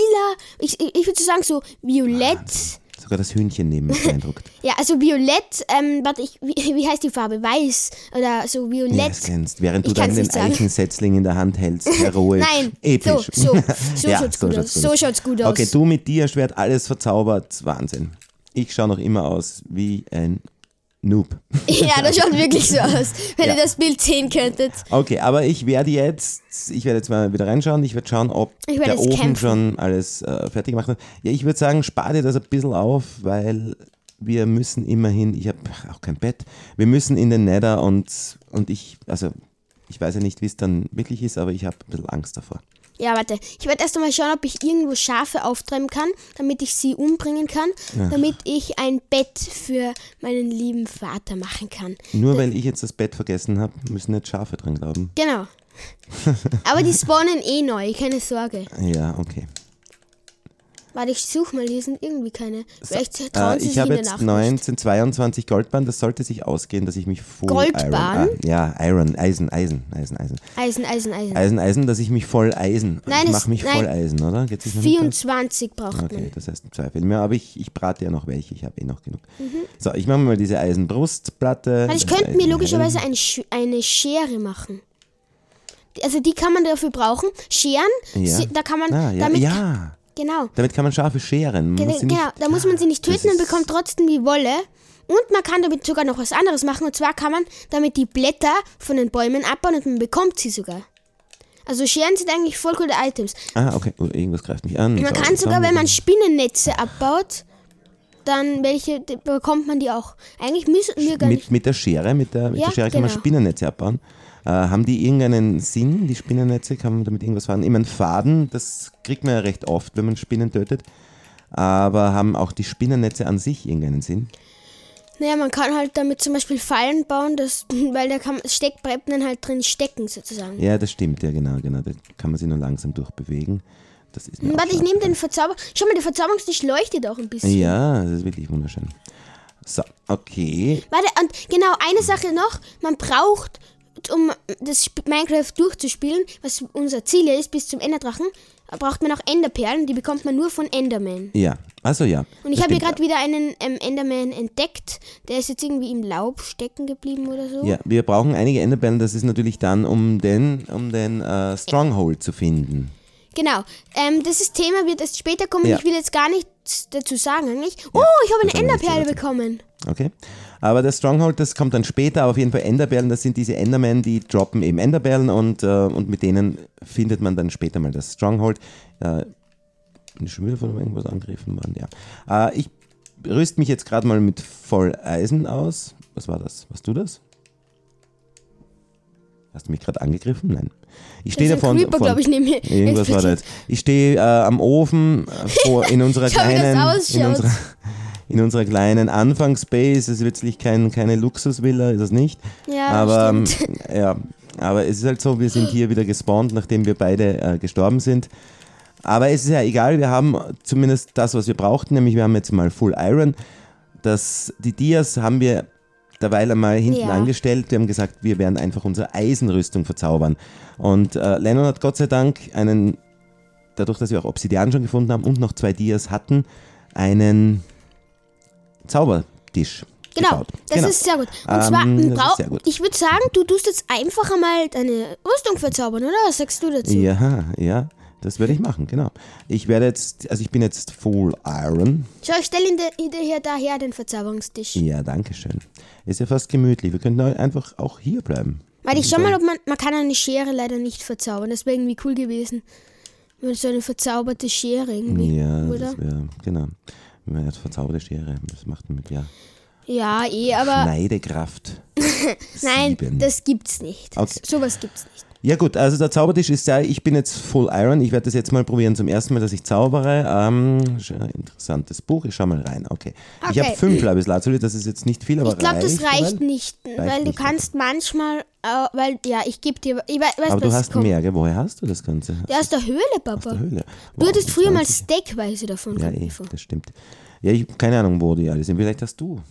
A: ich, ich würde so sagen so violett.
B: Sogar das Hühnchen neben mir beeindruckt.
A: Ja, also violett, ähm, warte, ich, wie, wie heißt die Farbe? Weiß oder so
B: Ja,
A: violett.
B: es glänzt, während du
A: Ich kann's
B: dann den
A: nicht sagen.
B: Eichensetzling in der Hand hältst, heroisch,
A: Nein,
B: episch.
A: so, so, so schaut's gut aus, so schaut's gut aus.
B: Okay, du mit dir, Schwert, alles verzaubert, Wahnsinn. Ich schaue noch immer aus wie ein Noob.
A: ja, das schaut wirklich so aus. Wenn ihr das Bild sehen könntet.
B: Okay, aber ich werde jetzt, ich werde jetzt mal wieder reinschauen. Ich werde schauen, ob
A: Ich werde
B: der
A: jetzt
B: Ofen
A: kämpfen.
B: schon alles äh, fertig gemacht hat. Ja, ich würde sagen, spar dir das ein bisschen auf, weil wir müssen immerhin, ich habe auch kein Bett, wir müssen in den Nether und, und ich, also ich weiß ja nicht, wie es dann wirklich ist, aber ich habe ein bisschen Angst davor.
A: Ja, warte. Ich werde erst einmal schauen, ob ich irgendwo Schafe auftreiben kann, damit ich sie umbringen kann, damit ich ein Bett für meinen lieben Vater machen kann.
B: Nur weil ich jetzt das Bett vergessen habe, müssen nicht Schafe dran glauben.
A: Genau. Aber die spawnen eh neu, keine Sorge.
B: Ja, okay.
A: Warte, ich suche mal, hier sind irgendwie keine. Vielleicht trauen
B: Äh,
A: sie
B: ich
A: sich in
B: habe
A: der
B: jetzt
A: Nacht.
B: 19, 22 Goldbahn, das sollte sich ausgehen, dass ich mich voll Iron,
A: Goldbahn?
B: ah, ja, Iron, Eisen, Eisen, Eisen, Eisen.
A: Eisen, Eisen, Eisen.
B: Eisen, Eisen, dass ich mich voll Eisen.
A: Nein,
B: ich
A: es-
B: mache mich
A: nein.
B: voll Eisen, oder? Geht's nicht noch mit
A: 24 braucht
B: da? Okay,
A: man.
B: das heißt zwei Fehlen mehr, aber ich, ich brate ja noch welche, ich habe eh noch genug. So, ich mache mal diese Eisenbrustplatte.
A: Mhm. Weil ich
B: das
A: könnte mir
B: Eisenhelm.
A: logischerweise eine, Sch eine Schere machen. Die- Also die kann man dafür brauchen. Scheren,
B: Ja.
A: sie- da kann man
B: Ah, ja,
A: damit
B: ja,
A: genau.
B: damit kann man Schafe scheren. Man
A: Genau,
B: muss sie nicht, Ah,
A: genau, da muss man sie nicht
B: Das
A: töten und
B: ist-
A: bekommt trotzdem die Wolle. Und man kann damit sogar noch was anderes machen. Und zwar kann man damit die Blätter von den Bäumen abbauen und man bekommt sie sogar. Also Scheren sind eigentlich voll coole Items.
B: Ah, okay, oh, irgendwas greift mich an.
A: Man
B: So,
A: kann sogar,
B: so.
A: wenn man Spinnennetze abbaut, dann welche die- bekommt man die auch. Eigentlich müssen wir gar nicht.
B: Mit, mit der Schere, mit der, mit
A: Ja,
B: der Schere kann man
A: genau.
B: Spinnennetze abbauen. Äh, haben die irgendeinen Sinn, die Spinnennetze? Kann man damit irgendwas fahren? Immer einen Faden, das kriegt man ja recht oft, wenn man Spinnen tötet. Aber haben auch die Spinnennetze an sich irgendeinen Sinn?
A: Naja, man kann halt damit zum Beispiel Fallen bauen, das, weil da kann, steckt, bleibt man halt drin stecken sozusagen.
B: Ja, das stimmt, ja genau, genau. Da kann man sich nur langsam durchbewegen. Das ist mir auch
A: Warte, ich
B: klar.
A: nehme den Verzauber. Schau mal, der Verzauberungstisch leuchtet auch ein bisschen.
B: Ja, das ist wirklich wunderschön. So, okay.
A: Warte, und genau, eine Sache noch. Man braucht, um das Sp Minecraft durchzuspielen, was unser Ziel ja ist, bis zum Enderdrachen, braucht man auch Enderperlen. Die bekommt man nur von Enderman.
B: Ja, also ja.
A: Und ich
B: das
A: habe hier
B: stimmt.
A: gerade wieder einen ähm, Enderman entdeckt. Der ist jetzt irgendwie im Laub stecken geblieben oder so.
B: Ja, wir brauchen einige Enderperlen. Das ist natürlich dann, um den, um den äh, Stronghold zu finden.
A: Genau. Ähm, das ist Thema wird erst später kommen.
B: Ja.
A: Ich will jetzt gar nichts dazu sagen eigentlich. Oh, ich habe eine
B: das haben wir nicht
A: Enderperle
B: dazu.
A: bekommen.
B: Okay. Aber das Stronghold, das kommt dann später, aber auf jeden Fall Enderperlen, das sind diese Endermen, die droppen eben Enderperlen und, äh, und mit denen findet man dann später mal das Stronghold. Äh, bin ich schon wieder von irgendwas angegriffen worden, ja. Äh, ich rüst mich jetzt gerade mal mit Volleisen aus. Was war das? Warst du das? Hast du mich gerade angegriffen? Nein.
A: Das
B: Ich stehe
A: ist
B: da
A: ein
B: vorne.
A: Creeper,
B: vorne-
A: glaube ich, neben mir.
B: Irgendwas war da jetzt. Ich stehe äh, am Ofen äh, vor, in unserer
A: Schau, wie das
B: kleinen, in
A: ausschaut.
B: unserer, in unserer kleinen Anfangsbase. Es ist wirklich kein, keine Luxusvilla, ist es nicht.
A: Ja,
B: aber, ähm,
A: stimmt.
B: ja, aber es ist halt so, wir sind hier wieder gespawnt, nachdem wir beide äh, gestorben sind. Aber es ist ja egal, wir haben zumindest das, was wir brauchten, nämlich wir haben jetzt mal Full Iron. Das, die Dias haben wir derweil einmal hinten
A: Ja.
B: angestellt. Wir haben gesagt, wir werden einfach unsere Eisenrüstung verzaubern. Und äh, Lennon hat Gott sei Dank einen, dadurch, dass wir auch Obsidian schon gefunden haben und noch zwei Dias hatten, einen Zaubertisch
A: Genau,
B: gebaut.
A: das
B: Genau.
A: ist sehr gut. Und
B: Ähm,
A: zwar,
B: das ist
A: brau-
B: sehr gut.
A: ich würde sagen, du tust jetzt einfach einmal deine Rüstung verzaubern, oder? Was sagst du dazu?
B: Ja, ja, das werde ich machen, genau. Ich werde jetzt, also ich bin jetzt Full Iron.
A: Schau, ich stelle ihn dir ihn dir hier daher, den Verzauberungstisch.
B: Ja, danke schön. Ist ja fast gemütlich. Wir könnten auch einfach auch hier bleiben.
A: Weil ich schau mal, ob man, man kann eine Schere leider nicht verzaubern. Das wäre irgendwie cool gewesen. Wenn so eine verzauberte Schere irgendwie,
B: Ja,
A: oder?
B: das wäre, genau. Man hat verzauberte Schere. Das macht man mit, ja.
A: Ja, eh, aber
B: Schneidekraft.
A: nein,
B: Sieben.
A: das gibt's nicht.
B: Okay.
A: Sowas gibt's nicht.
B: Ja gut, also der Zaubertisch ist da, ich bin jetzt Full Iron, ich werde das jetzt mal probieren zum ersten Mal, dass ich zaubere. Ähm, sch- interessantes Buch, ich schau mal rein, okay. Ich
A: Okay.
B: habe fünf Lapis Lazuli, das ist jetzt nicht viel, aber
A: Ich glaube, das
B: reicht
A: reicht
B: soweit.
A: nicht, weil du
B: nicht,
A: kannst manchmal, äh, weil, ja, ich gebe dir, ich weiß,
B: Aber du
A: was
B: hast
A: kommt.
B: mehr, gell? woher hast du das Ganze?
A: Ja, aus der Höhle, Papa.
B: Der Höhle.
A: Du hattest früher mal
B: 20.
A: steckweise davon.
B: Ja,
A: gehabt,
B: eh,
A: Eva.
B: das stimmt. Ja, ich keine Ahnung, wo die alle sind. Vielleicht hast du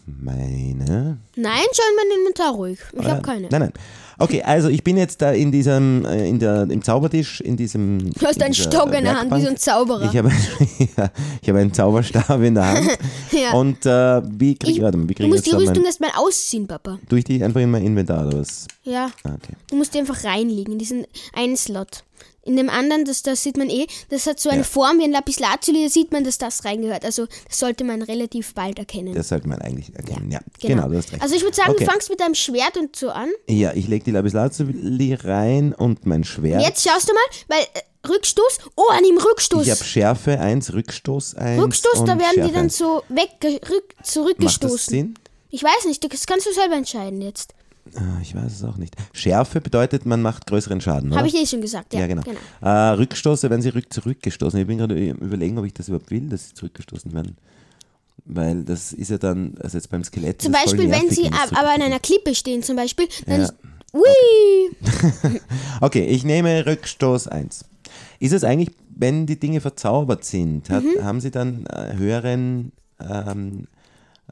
B: meine.
A: Nein, schau in mein Inventar ruhig. Ich habe
B: Ja.
A: keine.
B: Nein, nein. Okay, also ich bin jetzt da in diesem, äh, in der, im Zaubertisch, in diesem.
A: Du hast
B: in
A: einen
B: dieser
A: Stock in der Hand, wie so ein
B: Werkbank.
A: Zauberer.
B: Ich habe, ja, ich habe einen Zauberstab in der Hand.
A: Ja.
B: Und äh, wie kriege ich, warte mal,
A: du
B: wie kriege ich
A: musst die
B: jetzt da
A: Rüstung
B: mein,
A: erstmal ausziehen, Papa.
B: Durch die einfach in mein Inventar oder was?
A: Ja.
B: Ah, okay.
A: Du musst die einfach reinlegen in diesen einen Slot. In dem anderen, das, das sieht man eh, das hat so eine
B: Ja.
A: Form wie ein Lapislazuli, da sieht man, dass das reingehört. Also das sollte man relativ bald erkennen.
B: Das sollte man eigentlich erkennen. Ja, genau. du hast recht.
A: Also ich würde sagen,
B: Okay.
A: du fangst mit deinem Schwert und so an.
B: Ja, ich lege die Lapislazuli rein und mein Schwert.
A: Jetzt schaust du mal, weil äh, Rückstoß, oh, an ihm Rückstoß.
B: Ich habe Schärfe 1, Rückstoß 1.
A: Rückstoß,
B: und
A: da werden
B: Schärfe
A: die dann
B: 1.
A: so wegge- rück,
B: Macht das
A: zurückgestoßen.
B: Sinn?
A: Ich weiß nicht, das kannst du selber entscheiden jetzt.
B: Ah, Ich weiß es auch nicht. Schärfe bedeutet, man macht größeren Schaden. Oder?
A: Habe ich eh schon gesagt, ja.
B: ja, genau. Äh, Rückstoße werden sie rück zurückgestoßen. Ich bin gerade ü- überlegen, ob ich das überhaupt will, dass sie zurückgestoßen werden. Weil das ist ja dann, also jetzt beim Skelett. ist
A: Zum
B: es voll
A: Beispiel, wenn
B: nervig,
A: sie
B: das
A: ab- aber an einer Klippe stehen, zum Beispiel, dann
B: Ja.
A: ist. Ui!
B: zurück- Okay, ich nehme Rückstoß 1. Ist es eigentlich, wenn die Dinge verzaubert sind, hat,
A: Mhm.
B: haben sie dann äh, höheren, ähm,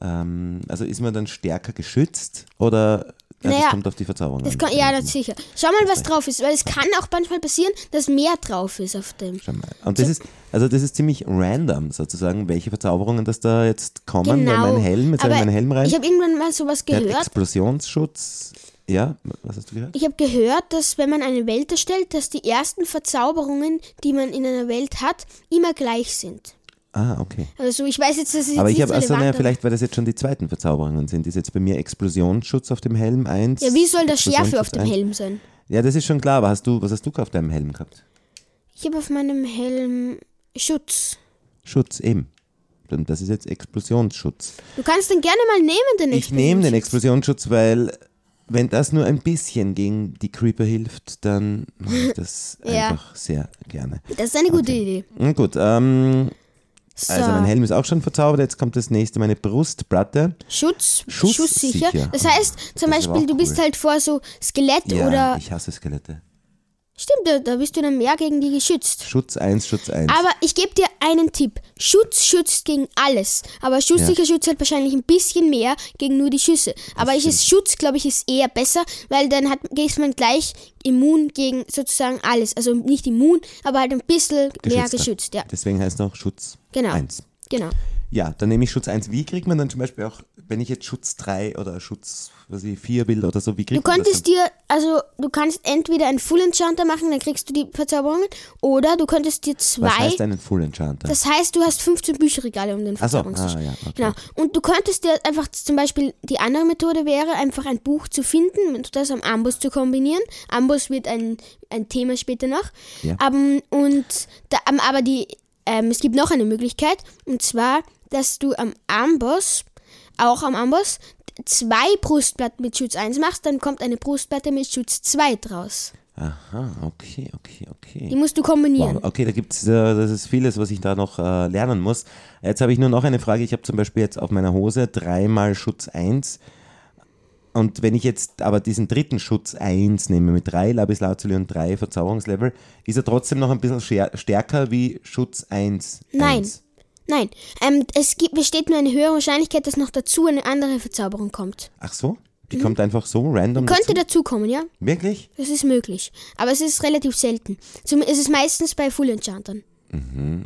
B: ähm, also ist man dann stärker geschützt oder ja,
A: Naja,
B: das kommt auf die Verzauberung
A: Das
B: an?
A: kann, ja, das sicher. Schau mal, was drauf ist, weil es kann auch manchmal passieren, dass mehr drauf ist auf dem.
B: Schon mal. Und das ist, also das ist ziemlich random sozusagen, welche Verzauberungen das da jetzt kommen. Weil
A: Genau.
B: mein Helm, jetzt habe ich
A: Aber
B: meinen Helm rein.
A: Ich habe irgendwann mal sowas
B: Der hat
A: gehört.
B: Explosionsschutz. Ja, was hast du gehört?
A: Ich habe gehört, dass wenn man eine Welt erstellt, dass die ersten Verzauberungen, die man in einer Welt hat, immer gleich sind.
B: Ah, okay.
A: Also ich weiß jetzt, dass es jetzt
B: Aber ich
A: nicht
B: habe, also,
A: relevant,
B: naja,
A: aber-
B: vielleicht, weil das jetzt schon die zweiten Verzauberungen sind, ist jetzt bei mir Explosionsschutz auf dem Helm 1.
A: Ja, wie soll das Schärfe auf
B: Explosionsschutz
A: dem
B: eins.
A: Helm sein?
B: Ja, das ist schon klar, aber hast du, was hast du auf deinem Helm gehabt?
A: Ich habe auf meinem Helm Schutz.
B: Schutz, eben. Dann- Das ist jetzt Explosionsschutz.
A: Du kannst den gerne mal nehmen, den
B: Ich nehme den
A: Explosionsschutz.
B: Explosionsschutz, weil wenn das nur ein bisschen gegen die Creeper hilft, dann mache ich das
A: Ja.
B: einfach sehr gerne.
A: Das ist eine gute Idee.
B: Na Gut, ähm,
A: So.
B: also mein Helm ist auch schon verzaubert, jetzt kommt das nächste, meine Brustplatte.
A: Schutz,
B: Schutz
A: schusssicher.
B: sicher.
A: Das heißt, zum
B: Das ist aber
A: Beispiel, du
B: auch
A: bist
B: cool.
A: halt vor so Skelett
B: Ja,
A: oder.
B: ich hasse Skelette.
A: Stimmt, da, da bist du dann mehr gegen die geschützt.
B: Schutz 1, Schutz 1.
A: Aber ich gebe dir einen Tipp. Schutz schützt gegen alles. Aber schusssicher schützt halt wahrscheinlich ein bisschen mehr gegen nur die Schüsse. Aber ich ist Schutz, glaube ich, ist eher besser, weil dann hat, ist man gleich immun gegen sozusagen alles. Also nicht immun, aber halt ein bisschen mehr
B: Geschützter.
A: geschützt. Ja,
B: Deswegen heißt es noch Schutz
A: Genau.
B: 1.
A: genau.
B: Ja, dann nehme ich Schutz 1. Wie kriegt man dann zum Beispiel auch, wenn ich jetzt Schutz 3 oder Schutz was ich, 4 will oder so, wie kriegt
A: Du
B: man das
A: könntest dir, also du kannst entweder einen Full Enchanter machen, dann kriegst du die Verzauberungen, oder du könntest dir zwei.
B: dann? Was heißt einen Full Enchanter?
A: Das heißt, du hast 15 Bücherregale um den
B: Ach so,
A: Verzauberungstisch.
B: ah, ja, okay.
A: Genau. Und du könntest dir einfach zum Beispiel, die andere Methode wäre, einfach ein Buch zu finden und das am Amboss zu kombinieren. Amboss wird ein, ein Thema später noch.
B: Ja.
A: Aber, und da, am- aber die, ähm, es gibt noch eine Möglichkeit, und zwar, dass du am Amboss, auch am Amboss, zwei Brustplatten mit Schutz 1 machst, dann kommt eine Brustplatte mit Schutz 2 draus.
B: Aha, okay, okay, okay.
A: Die musst du kombinieren.
B: Wow, okay, da gibt's, äh, das ist vieles, was ich da noch äh, lernen muss. Jetzt habe ich nur noch eine Frage. Ich habe zum Beispiel jetzt auf meiner Hose dreimal Schutz 1. Und wenn ich jetzt aber diesen dritten Schutz 1 nehme mit drei Lapislazuli und drei Verzauberungslevel, ist er trotzdem noch ein bisschen scher- stärker wie Schutz 1.
A: Nein. Nein, ähm, es gibt, besteht nur eine höhere Wahrscheinlichkeit, dass noch dazu eine andere Verzauberung kommt.
B: Ach so? Die
A: Mhm.
B: kommt einfach so random.
A: Könnte
B: dazu?
A: dazukommen, ja?
B: Wirklich?
A: Das ist möglich. Aber es ist relativ selten. Zum, es ist meistens bei Full Enchantern.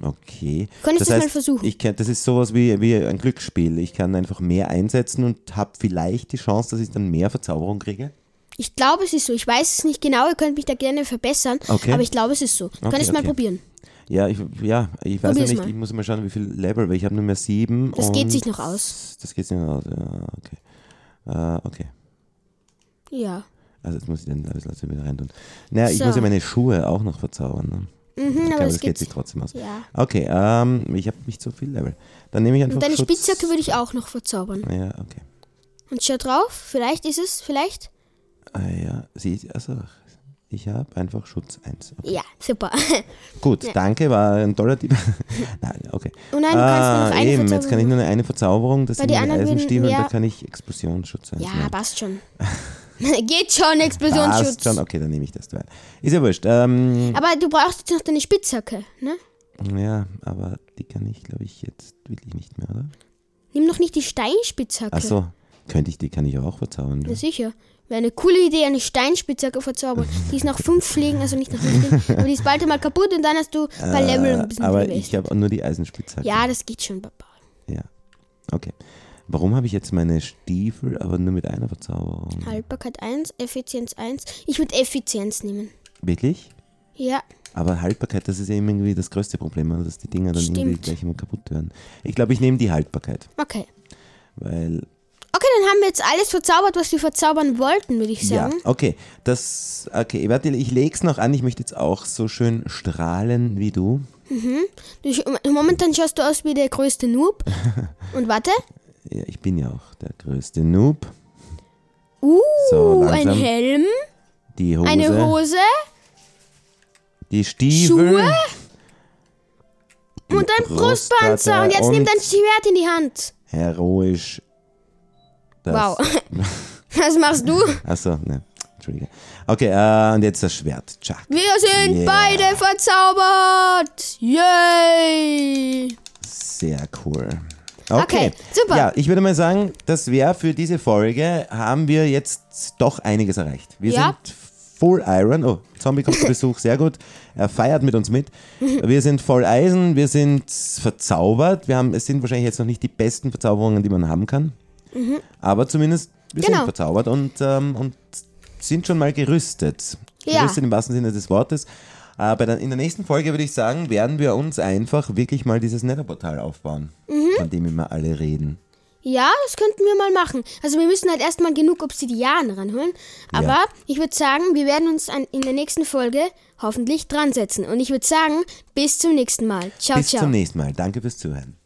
B: Okay.
A: Könntest du es mal versuchen?
B: Ich kann, das ist sowas wie, wie ein Glücksspiel. Ich kann einfach mehr einsetzen und habe vielleicht die Chance, dass ich dann mehr Verzauberung kriege.
A: Ich glaube, es ist so. Ich weiß es nicht genau, ihr könnt mich da gerne verbessern,
B: Okay.
A: aber ich glaube, es ist so. Du
B: Okay,
A: könntest mal
B: okay.
A: probieren.
B: Ja, ich, ja, ich weiß ja
A: Probier's
B: nicht,
A: mal.
B: ich muss mal schauen, wie viel Level, weil ich habe nur mehr sieben.
A: Das
B: und
A: geht sich noch aus.
B: Das geht sich noch aus, ja, okay. Äh, okay.
A: Ja.
B: Also jetzt muss ich den Level wieder reintun. Naja, ich
A: So.
B: muss ja meine Schuhe auch noch verzaubern. Ne?
A: Mhm,
B: Ich
A: aber
B: glaube,
A: das
B: das geht sich
A: gibt's.
B: trotzdem aus.
A: Ja.
B: Okay, ähm, ich habe nicht so viel Level. Dann nehme ich einfach
A: Und deine
B: Schutz.
A: Spitzhacke würde ich auch noch verzaubern.
B: Ah, Ja, okay.
A: Und schau drauf, vielleicht ist es, vielleicht.
B: Ah, ja, sie, also, ich habe einfach Schutz 1. Okay.
A: Ja, super.
B: Gut, danke, war ein toller Tipp. Nein, okay.
A: Oh nein, du kannst nur noch eine
B: Ah, eben, jetzt
A: Verzauberung
B: kann ich nur eine Verzauberung, das
A: Bei
B: sind
A: den
B: meine
A: anderen würden-
B: Eisenstiefel,
A: ja.
B: da kann ich Explosionsschutz 1
A: ja, passt schon. geht schon, Explosionsschutz.
B: Passt schon, okay, dann nehme ich das dabei. Ist ja wurscht. Ähm,
A: Aber du brauchst jetzt noch deine Spitzhacke, ne?
B: ja, aber die kann ich, glaube ich, jetzt wirklich nicht mehr, oder?
A: Nimm noch nicht die Steinspitzhacke.
B: Achso, könnte ich, die kann ich auch verzaubern.
A: Ja, sicher. Wäre eine coole Idee, eine Steinspitzhacke verzaubern. Die ist nach fünf Schlägen, also nicht nach fünf Schlägen, aber die ist bald einmal kaputt und dann hast du bei Level ein bisschen
B: Äh, aber
A: gewählt.
B: ich habe nur die Eisenspitzhacke.
A: Ja, das geht schon, Papa.
B: Ja. Okay. Warum habe ich jetzt meine Stiefel, aber nur mit einer Verzauberung?
A: Haltbarkeit 1, Effizienz 1. Ich würde Effizienz nehmen.
B: Wirklich?
A: Ja,
B: Aber Haltbarkeit, das ist ja immer irgendwie das größte Problem, oder? dass die Dinger dann irgendwie
A: Stimmt.
B: gleich immer kaputt werden. Ich glaube, ich nehme die Haltbarkeit,
A: okay.
B: weil
A: Okay, dann haben wir jetzt alles verzaubert, was wir verzaubern wollten, würde ich
B: ja,
A: sagen.
B: okay, das okay, warte, ich leg's noch an. Ich möchte jetzt auch so schön strahlen wie du.
A: Du, momentan schaust du aus wie der größte Noob. Und warte.
B: Ja, ich bin ja auch der größte Noob.
A: Uh,
B: So,
A: ein
B: langsam.
A: Helm,
B: Die Hose,
A: eine Hose
B: die Stiefel,
A: Schuhe und ein Brustpanzer. Und jetzt nimm dein Schwert in die Hand.
B: heroisch. Das,
A: Wow. Was machst du?
B: Achso, ne. Entschuldige. Okay, äh, und jetzt das Schwert. Tschak.
A: Wir sind
B: Yeah.
A: beide verzaubert. Yay!
B: Sehr cool.
A: Okay, super.
B: Ja, ich würde mal sagen, das wäre für diese Folge, haben wir jetzt doch einiges erreicht. Wir
A: Ja.
B: sind Full Iron. Oh, Zombie kommt zu Besuch, sehr gut. Er feiert mit uns mit. Wir sind voll Eisen, wir sind verzaubert. Wir haben, es sind wahrscheinlich jetzt noch nicht die besten Verzauberungen, die man haben kann. Aber zumindest wir
A: Mhm. Genau.
B: sind verzaubert und, ähm, und sind schon mal gerüstet.
A: Ja.
B: Gerüstet im wahrsten Sinne des Wortes. Aber dann in der nächsten Folge würde ich sagen, werden wir uns einfach wirklich mal dieses Netherportal aufbauen,
A: Mhm.
B: von dem immer alle reden.
A: Ja, das könnten wir mal machen. Also wir müssen halt erstmal genug Obsidian ranholen. Aber ich würde sagen, wir werden uns an, in der nächsten Folge hoffentlich dran setzen. Und ich würde sagen, bis zum nächsten Mal. Ciao,
B: Bis
A: ciao.
B: zum nächsten Mal. Danke fürs Zuhören.